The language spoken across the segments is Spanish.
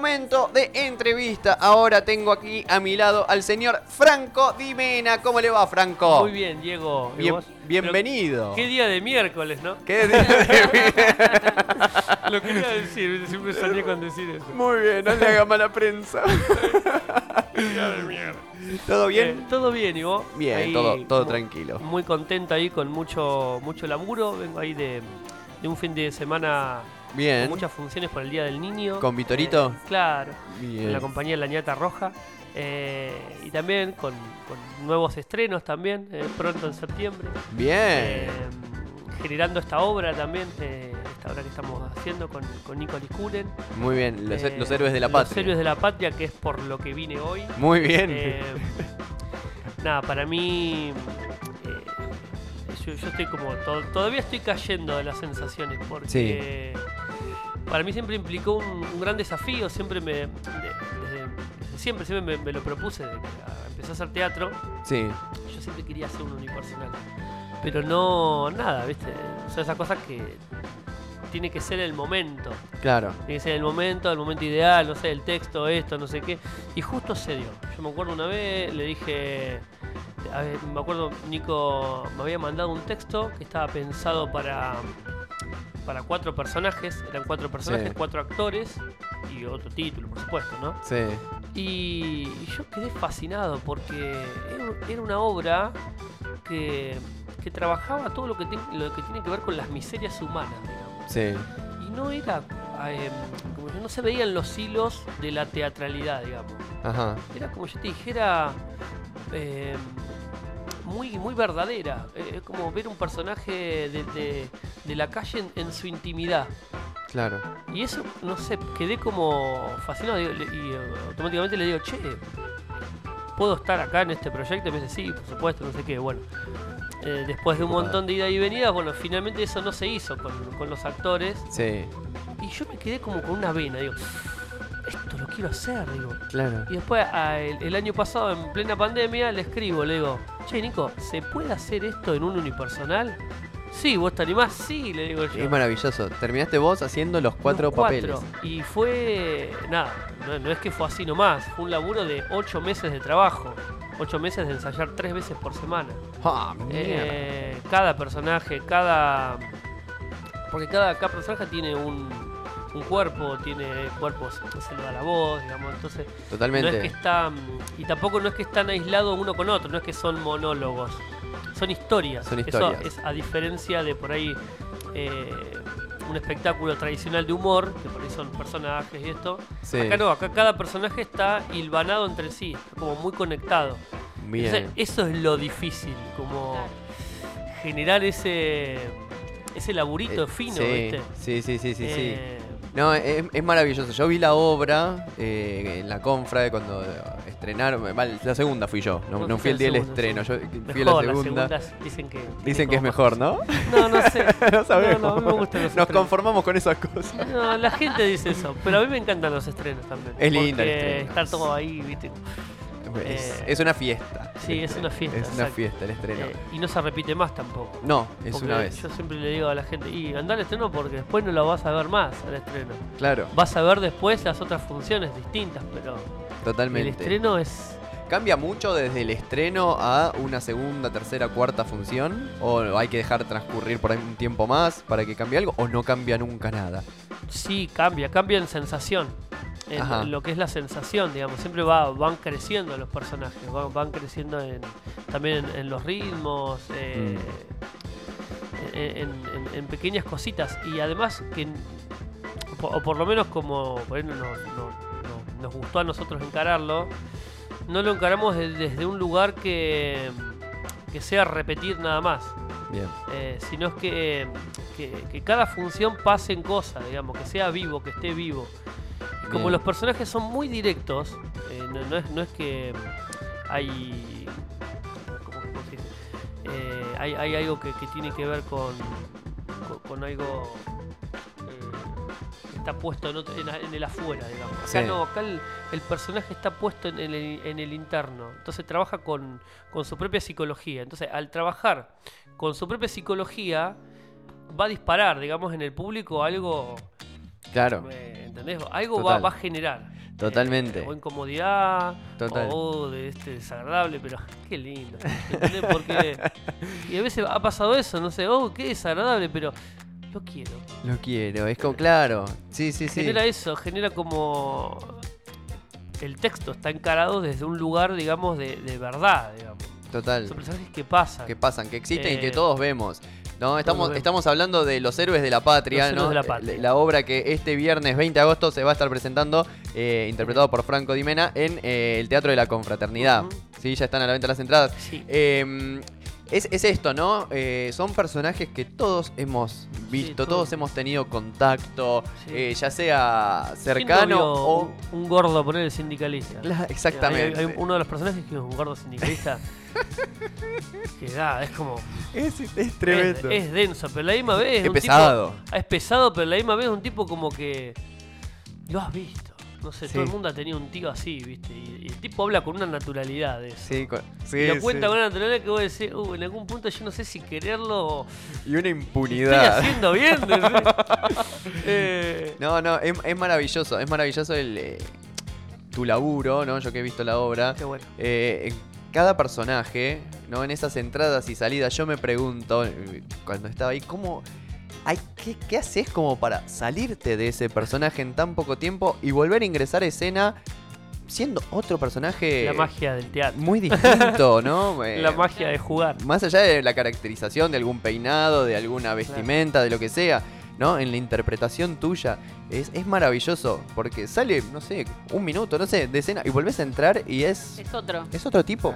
Momento de entrevista. Ahora tengo aquí a mi lado al señor Franco Dimena. ¿Cómo le va, Franco? Muy bien, Diego. ¿Y Bien- vos? bienvenido. Pero, Qué día de miércoles, ¿no? ¿Qué dice? Lo quería decir, siempre salía con decir eso. Muy bien, no le haga mala prensa. ¿Todo Eh, bien? todo bien, ¿y vos? Bien, Ahí, todo, todo mu- tranquilo. Muy contento ahí con mucho, mucho laburo. Vengo ahí de, de un fin de semana Bien. con muchas funciones por el Día del Niño. ¿Con Vitorito? Eh, claro. En la Bien. compañía de La Ñata Roja. Eh, y también con, con nuevos estrenos también, eh, pronto en septiembre. eh, Bien. generando esta obra también, eh, esta obra que estamos haciendo con, con Nico Licuren. Muy bien, los, eh, los héroes de la Los héroes patria. de la patria, que es por lo que vine hoy. Muy bien. Eh, nada, para mí. eh, yo, yo estoy como. to- todavía estoy cayendo de las sensaciones, porque. Para mí siempre implicó un, un gran desafío, siempre me. de- desde- desde siempre, siempre me, me lo propuse. Desde que ah, empecé a hacer teatro, Sí. yo siempre quería hacer un unipersonal. Pero no, nada, ¿viste? Son esas cosas que tiene que ser el momento. Claro. Tiene que ser el momento, el momento ideal, no sé, el texto, esto, no sé qué. Y justo se dio. Yo me acuerdo una vez, le dije. a ver, me acuerdo, Nico me había mandado un texto que estaba pensado para. Para cuatro personajes, eran cuatro personajes, Sí. cuatro actores y otro título, por supuesto, ¿no? Sí. Y yo quedé fascinado porque era- era una obra que, que trabajaba todo lo que, tiene- lo que tiene que ver con las miserias humanas, digamos. Sí. Y no era, eh, como que no se veían los hilos de la teatralidad, digamos. Ajá. Era como yo te dijera, eh, muy, muy verdadera. Eh, Es como ver un personaje de, de- de la calle en- en su intimidad. Claro. Y eso, no sé, quedé como fascinado digo, le- y eh, automáticamente le digo, che, ¿puedo estar acá en este proyecto? Y me dice, sí, por supuesto, no sé qué. Bueno, eh, después de un Ocupada. montón de ida y venidas, bueno, finalmente eso no se hizo con, con los actores. Sí. Y yo me quedé como con una vena, digo, esto lo quiero hacer, digo. Claro. Y después, a- el, el año pasado, en plena pandemia, le escribo, le digo, che, Nico, ¿se puede hacer esto en un unipersonal? Sí, ¿vos te animás? Sí, le digo yo. Es maravilloso. Terminaste vos haciendo los cuatro Los papeles. Y fue. Nada, no, no es que fue así nomás. Fue un laburo de ocho meses de trabajo. Ocho meses de ensayar tres veces por semana. Ah, mierda. Eh, cada personaje, cada. Porque cada, cada personaje tiene un, un cuerpo, tiene cuerpos, se lo da la voz, digamos. Entonces, no Totalmente. es que están. Y tampoco no es que están aislados uno con otro, no es que son monólogos. Son historias. Son historias. Eso es a diferencia de por ahí eh, un espectáculo tradicional de humor, que por ahí son personajes y esto. Sí. Acá no, acá cada personaje está hilvanado entre sí, como muy conectado. Bien. Entonces, eso es lo difícil, como generar ese ese laburito Eh, fino, sí, ¿viste? Sí, sí, sí, sí, sí. Eh, No, es, es maravilloso. Yo vi la obra eh, en la confra de cuando estrenaron. va, La segunda fui yo, no, Vos no fuiste fui el día la del segunda, estreno. Yo fui a la mejor, segunda. las segundas dicen que Dicen tienen que es como mejor, más ¿no? No, no sé. no sabemos. No, no, a mí me gustan los Nos estrenos. conformamos con esas cosas. No, la gente dice eso, pero a mí me encantan los estrenos también. Es lindo el porque estreno. Estar todo ahí, ¿viste? Es, Eh, es una fiesta. sí, es una fiesta, Es una exacto. fiesta el estreno. Eh, y no se repite más tampoco. no, es Porque una vez. Yo siempre le digo a la gente, y andá al estreno porque después no lo vas a ver más al estreno. Claro, Vas a ver después las otras funciones distintas, pero el totalmente. estreno es. ¿Cambia mucho desde el estreno a una segunda, tercera, cuarta función? ¿O hay que dejar transcurrir por ahí un tiempo más para que cambie algo? ¿O no cambia nunca nada? Sí, cambia, cambia en sensación. En, Ajá. en lo que es la sensación, digamos. Siempre va, van creciendo los personajes, van, van creciendo en, también en, en los ritmos, eh, en, en- en pequeñas cositas. Y además, que, n- o po- o por lo menos como bueno, no- no- no- nos gustó a nosotros encararlo, no lo encaramos de- desde un lugar que, que sea repetir nada más Bien. eh, sino es que, que, que cada función pase en cosas, digamos, que sea vivo, que esté vivo. Y como Bien. los personajes son muy directos, eh, no, no es, no es que mm, hay. ¿cómo- cómo se dice? Eh, hay, hay algo que, que tiene que ver con, con, con algo eh, que está puesto en, otro- en a- en el afuera, digamos. Acá Sí. no, acá el, el personaje está puesto en el, en el interno, entonces trabaja con, con su propia psicología. Entonces, al trabajar con su propia psicología, va a disparar, digamos, en el público algo Claro. eh, ¿entendés? Algo va, Total. va a generar. Totalmente. Eh, o incomodidad, Total. o oh, de este desagradable, pero qué lindo. ¿entendés? Porque, y a veces ha pasado eso, no sé, oh, qué desagradable, pero lo quiero. Lo quiero, es como claro. Sí, sí, sí. Genera eso, genera como... El texto está encarado desde un lugar, digamos, de, de verdad, digamos. Total. Son personajes que pasan. que pasan, que existen y que Eh, todos vemos. No, estamos, vemos. estamos hablando de los héroes de la patria, Los héroes ¿no? Eh, de la patria. La obra que este viernes 20 de agosto se va a estar presentando, eh, interpretado por Franco Di Mena, en eh, el Teatro de la Confraternidad. Ujú. Sí, ya están a la venta las entradas. Sí. Eh, es, es esto, ¿no? Eh, son personajes que todos hemos visto, todo. todos hemos tenido contacto, Sí. eh, ya sea ¿Quién cercano no vio o. Un, un gordo, poner el sindicalista. Claro, Hay- Exactamente. hay uno de los personajes que es un gordo sindicalista. que da, es como. Es, es Es, tremendo. es denso, pero la misma vez. Es un pesado. tipo- Ah, es pesado, pero la misma vez es un tipo como que. Lo has visto. No sé, Sí. todo el mundo ha tenido un tío así, ¿viste? Y, y el tipo habla con una naturalidad de eso. Sí, con- Y sí, lo cuenta sí. con una naturalidad que vos decís, "Uh, en algún punto yo no sé si quererlo o Y una estoy impunidad. haciendo bien. ¿entendés? Eh, No, no, es, es maravilloso, es maravilloso el eh, tu laburo, ¿no? Yo que he visto la obra. qué bueno. Eh, en cada personaje, ¿no? En esas entradas y salidas, yo me pregunto, eh, cuando estaba ahí, ¿cómo. Ay, ¿qué, ¿Qué haces como para salirte de ese personaje en tan poco tiempo y volver a ingresar a escena siendo otro personaje La magia del teatro. muy distinto, ¿no? Eh, La magia de jugar. más allá de la caracterización de algún peinado, de alguna vestimenta, de lo que sea, ¿no? En la interpretación tuya es, es maravilloso porque sale, no sé, un minuto, no sé, de escena y volvés a entrar y es Es otro. es otro tipo,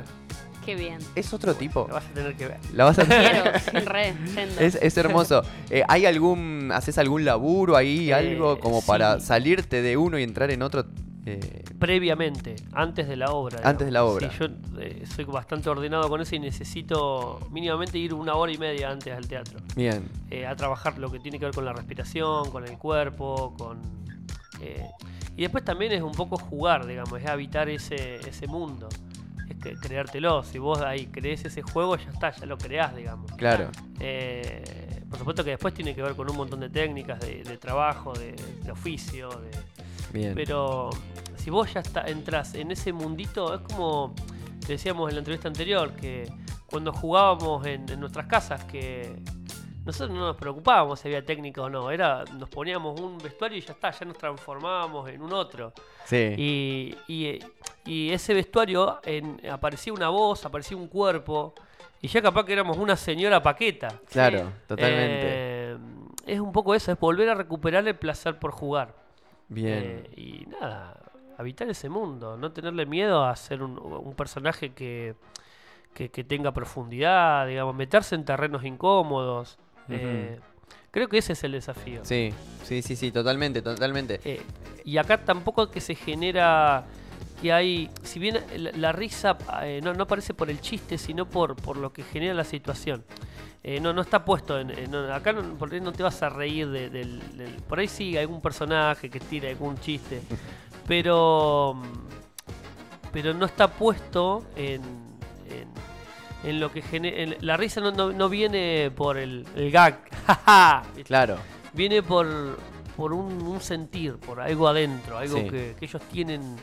Qué bien. es otro tipo. La vas a tener que ver. La vas a Quiero, sí, re, yendo. es, es hermoso. Eh, ¿Hay algún haces algún laburo ahí, Eh, algo como para sí. salirte de uno y entrar en otro? Eh, previamente, antes de la obra. Antes de la obra. Sí, yo eh, soy bastante ordenado con eso y necesito mínimamente ir una hora y media antes al teatro. bien. eh, a trabajar lo que tiene que ver con la respiración, con el cuerpo, con... eh, y después también es un poco jugar, digamos, es habitar ese, ese mundo. Es que creártelo. Si vos ahí crees ese juego, ya está, ya lo creás, digamos. Claro. Eh, por supuesto que después tiene que ver con un montón de técnicas de, de trabajo, de- de oficio, de, Bien. pero si vos ya está, entras en ese mundito, es como decíamos en la entrevista anterior, que cuando jugábamos en, en nuestras casas, que nosotros no nos preocupábamos si había técnica o no, era nos poníamos un vestuario y ya está, ya nos transformábamos en un otro. Sí. Y, y- y ese vestuario en- aparecía una voz, aparecía un cuerpo, y ya capaz que éramos una señora paqueta. claro, totalmente. Eh, es un poco eso, es volver a recuperar el placer por jugar. bien. Eh, y nada, habitar ese mundo, no tenerle miedo a ser un, un personaje que, que, que tenga profundidad, digamos, meterse en terrenos incómodos. Eh, creo que ese es el desafío. sí, sí, sí, sí, totalmente, totalmente. Eh, y acá tampoco que se genera que hay, si bien la, la risa eh, no, no aparece por el chiste, sino por, por lo que genera la situación. Eh, no, no está puesto en, en- no, acá no, por ahí no te vas a reír de- del, del- por ahí sí algún personaje que tira algún chiste, pero mm, pero no está puesto en, en, en lo que genera la risa no, no, no viene por el, el gag, ¿viste? Claro. viene por, por un, un sentir, por algo adentro, algo Sí. que, que ellos tienen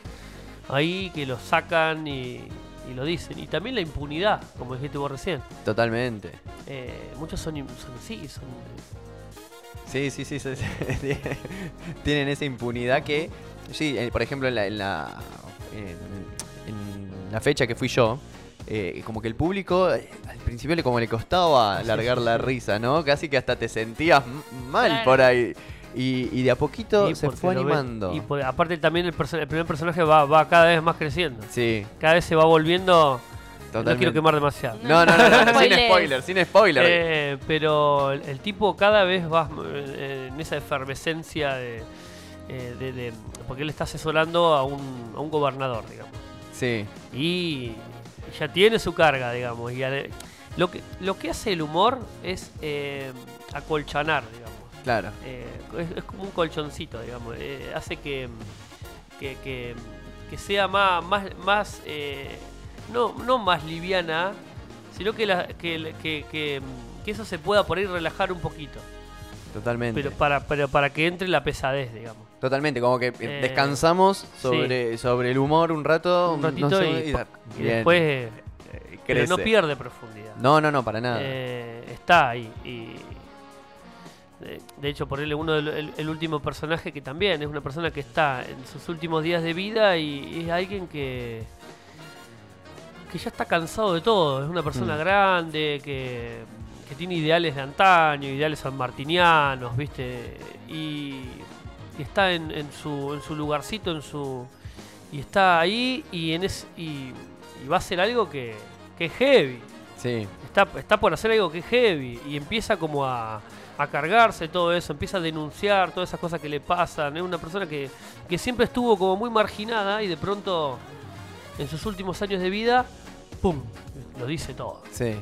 ahí, que lo sacan y, y lo dicen. Y también la impunidad, como dijiste vos recién. Totalmente. Eh, muchos son, im- son así, son, Sí, sí, sí. sí, sí. Tienen esa impunidad que, sí, eh, por ejemplo, en la, en la, en- en la fecha que fui yo, eh, como que el público eh, al principio le, como le costaba Sí, largar sí, la sí. risa, ¿no? Casi que hasta te sentías m- mal Claro. por ahí. Y, y de a poquito sí, se porque fue lo ven. animando. Y por- aparte también el, perso- el primer personaje va, va cada vez más creciendo. Sí, Cada vez se va volviendo... No quiero totalmente. quemar demasiado. no, no, no, no, sin Spoilers. spoiler, sin spoiler. Eh, pero el, el tipo cada vez va eh, en esa efervescencia de, eh, de- de- Porque él está asesorando a un, a un gobernador, digamos. Sí, Y ya tiene su carga, digamos. Y ale- lo, que, lo que hace el humor es eh, acolchanar, digamos. claro. Eh, es, es como un colchoncito, digamos. eh, hace que, que, que- que sea más, más, más eh, no, no más liviana, sino que, la- que, que- que- que eso se pueda por ahí relajar un poquito. totalmente. Pero para, pero para que entre la pesadez, digamos. Totalmente, como que eh, Eh, descansamos sobre, sobre el humor un rato. Un no ratito sé, y, da- y bien, después. eh, eh, pero crece. no pierde profundidad. No, no, no, para nada. Eh, está ahí. Y, de, de hecho, ponerle uno del- el, el último personaje que también es una persona que está en sus últimos días de vida y, y es alguien que que ya está cansado de todo. Es una persona Mm. grande que, que tiene ideales de antaño, ideales sanmartinianos, ¿viste? Y, y está en, en su, en su lugarcito, en su y está ahí y en es y, y va a ser algo que, que es heavy sí, está, está por hacer algo que es heavy y empieza como a, a cargarse todo eso, empieza a denunciar todas esas cosas que le pasan. Es una persona que, que siempre estuvo como muy marginada y de pronto en sus últimos años de vida, ¡pum! Lo dice todo. sí,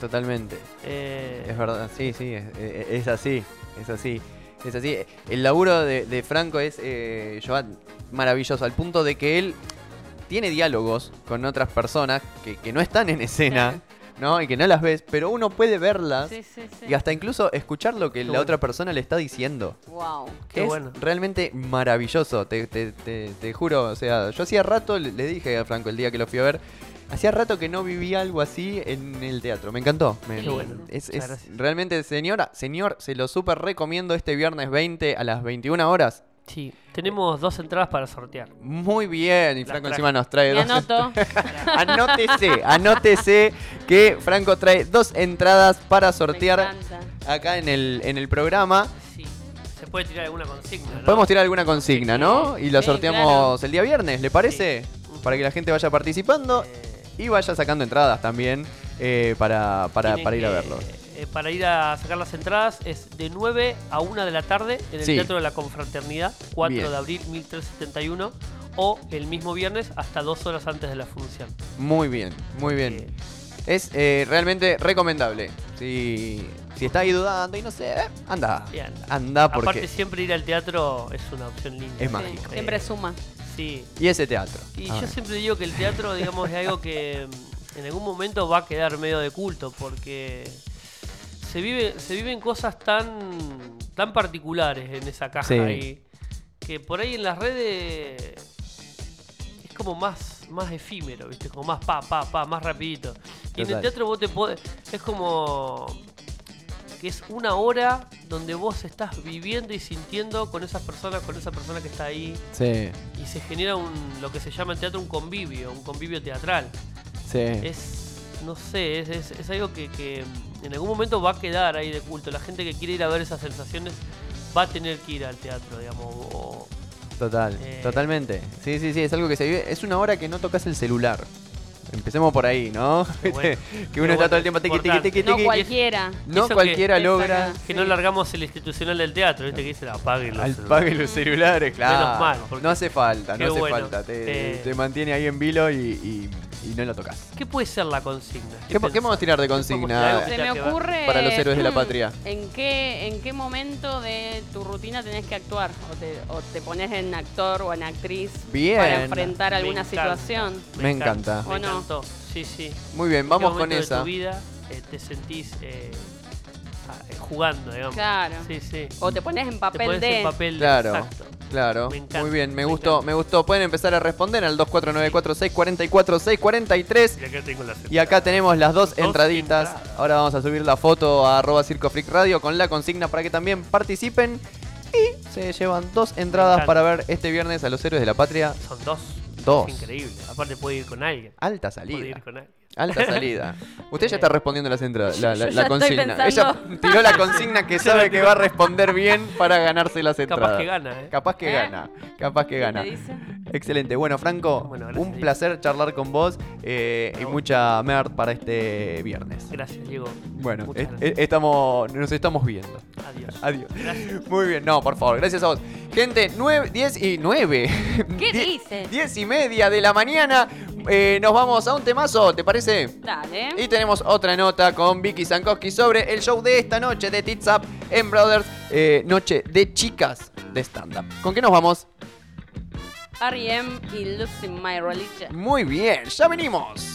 totalmente. Eh, Es verdad, sí, sí, es, es- es así, es así, es así. El laburo de, de Franco es, eh, Joan, maravilloso, al punto de que él tiene diálogos con otras personas que, que no están en escena, ¿no? Y que no las ves, pero uno puede verlas Sí, sí, sí. y hasta incluso escuchar lo que Qué la bueno. otra persona le está diciendo. Wow. Qué es bueno. realmente maravilloso, te, te- te- te juro. O sea, yo hacía rato, le- le dije a Franco el día que lo fui a ver, hacía rato que no vivía algo así en el teatro. Me encantó. me- Qué bueno. es- Muchas es- gracias. realmente, señora, señor, se lo súper recomiendo este viernes 20 a las 21 horas. sí, tenemos dos entradas para sortear. Muy bien, y Las Franco traje. encima nos trae Me dos. anoto. Anótese, anótese que Franco trae dos entradas para sortear Me encanta. acá en el, en el programa. Sí. Se puede tirar alguna consigna. ¿no? Podemos tirar alguna consigna, ¿no? Y la Sí, sorteamos el día viernes, ¿le parece? Ujú. Para que la gente vaya participando Eh, y vaya sacando entradas también eh, para, para, tienen para ir a que, verlo. eh, para ir a sacar las entradas es de 9 a 1 de la tarde en el Sí. Teatro de la Confraternidad, 4 Bien. de abril 1371, o el mismo viernes hasta dos horas antes de la función. Muy bien, muy bien. Eh, Es eh, realmente recomendable. Si, si está ahí dudando y no sé, eh, anda. Bien. Anda Aparte, porque siempre ir al teatro es una opción linda. Ah, es Sí, mágico. Siempre suma. Sí. Y ese teatro. Ah, Y A yo ver. siempre digo que el teatro, digamos, es algo que mm, en algún momento va a quedar medio de culto, porque se vive, se viven cosas tan, tan particulares en esa caja Sí. ahí, que por ahí en las redes es como más, más efímero, viste, como más pa, pa, pa, más rapidito. Y en Total. el teatro vos te podés, es como que es una hora donde vos estás viviendo y sintiendo con esas personas, con esa persona que está ahí Sí, y se genera un, lo que se llama en teatro un convivio, un convivio teatral. sí. Es, no sé, es, es- es algo que, que en algún momento va a quedar ahí de culto. La gente que quiere ir a ver esas sensaciones va a tener que ir al teatro, digamos. o- Total, Eh. totalmente. Sí, sí, sí, es algo que se vive. Es una hora que no tocas el celular. Empecemos por ahí, ¿no? Qué bueno. que uno Qué está bueno, todo el tiempo tiqui, tiqui, tiqui, No tiqui. cualquiera. No Eso que- cualquiera Esa logra no. que no largamos el institucional del teatro, ¿viste? Que dicen, apaguen los al celulares". pague los celulares, claro. mal, porque- no hace falta, Qué no hace bueno. falta. Te, Eh. te mantiene ahí en vilo y, y- y no lo tocas. ¿Qué puede ser la consigna? ¿Qué, po- qué podemos tirar de consigna? podemos Se Ya me que va. ocurre. mm, Para los héroes de la patria. ¿En qué, ¿En qué momento de tu rutina tenés que actuar? ¿O te, o te pones en actor o en actriz Bien. para enfrentar Me alguna encanta. situación? Me encanta. Me ¿O no? encantó. Sí, sí. Muy bien, ¿En vamos qué con este momento de esa. tu vida eh, te sentís eh, ah, eh, jugando, digamos? Claro. Sí, sí. ¿O te pones en Te papel pones de.? en papel de- Claro. exacto. Claro, Me encanta, muy bien, me me gustó, encanta. me gustó. Pueden empezar a responder al 2494644643. Y acá tengo las Y acá entradas. tenemos las dos, Dos entraditas. entradas. Ahora vamos a subir la foto a arroba Circo Freak Radio con la consigna para que también participen. Y se llevan dos entradas encanta. para ver este viernes a los héroes de la patria. Son dos. Dos. Es increíble. Aparte puede ir con alguien. Alta Puede salida. ir con alguien. Alta salida. Usted ya está respondiendo las entradas, la, la- Yo la ya estoy consigna. Ella pensando. tiró la consigna que sabe que va a responder bien para ganarse las entradas. Capaz que gana, ¿eh? Capaz que ¿Eh? gana. Capaz que ¿Qué gana. te dice? Excelente. Bueno, Franco, Bueno, gracias, un Diego. placer charlar con vos eh, y vos. mucha merd para este viernes. Gracias, Diego. Bueno, Muchas es- gracias. es- estamos, nos estamos viendo. Adiós. Adiós. Gracias. Muy bien, no, por favor, gracias a vos. Gente, 9, 10 y 9. ¿Qué dices? 10 y media de la mañana. eh, nos vamos a un temazo, ¿te parece? Dale. Y tenemos otra nota con Vicky Zankowski sobre el show de esta noche de Tits Up en Brothers, eh, noche de chicas de stand-up. ¿Con qué nos vamos? R.E.M. E y Losing My Religion. Muy bien, ya venimos.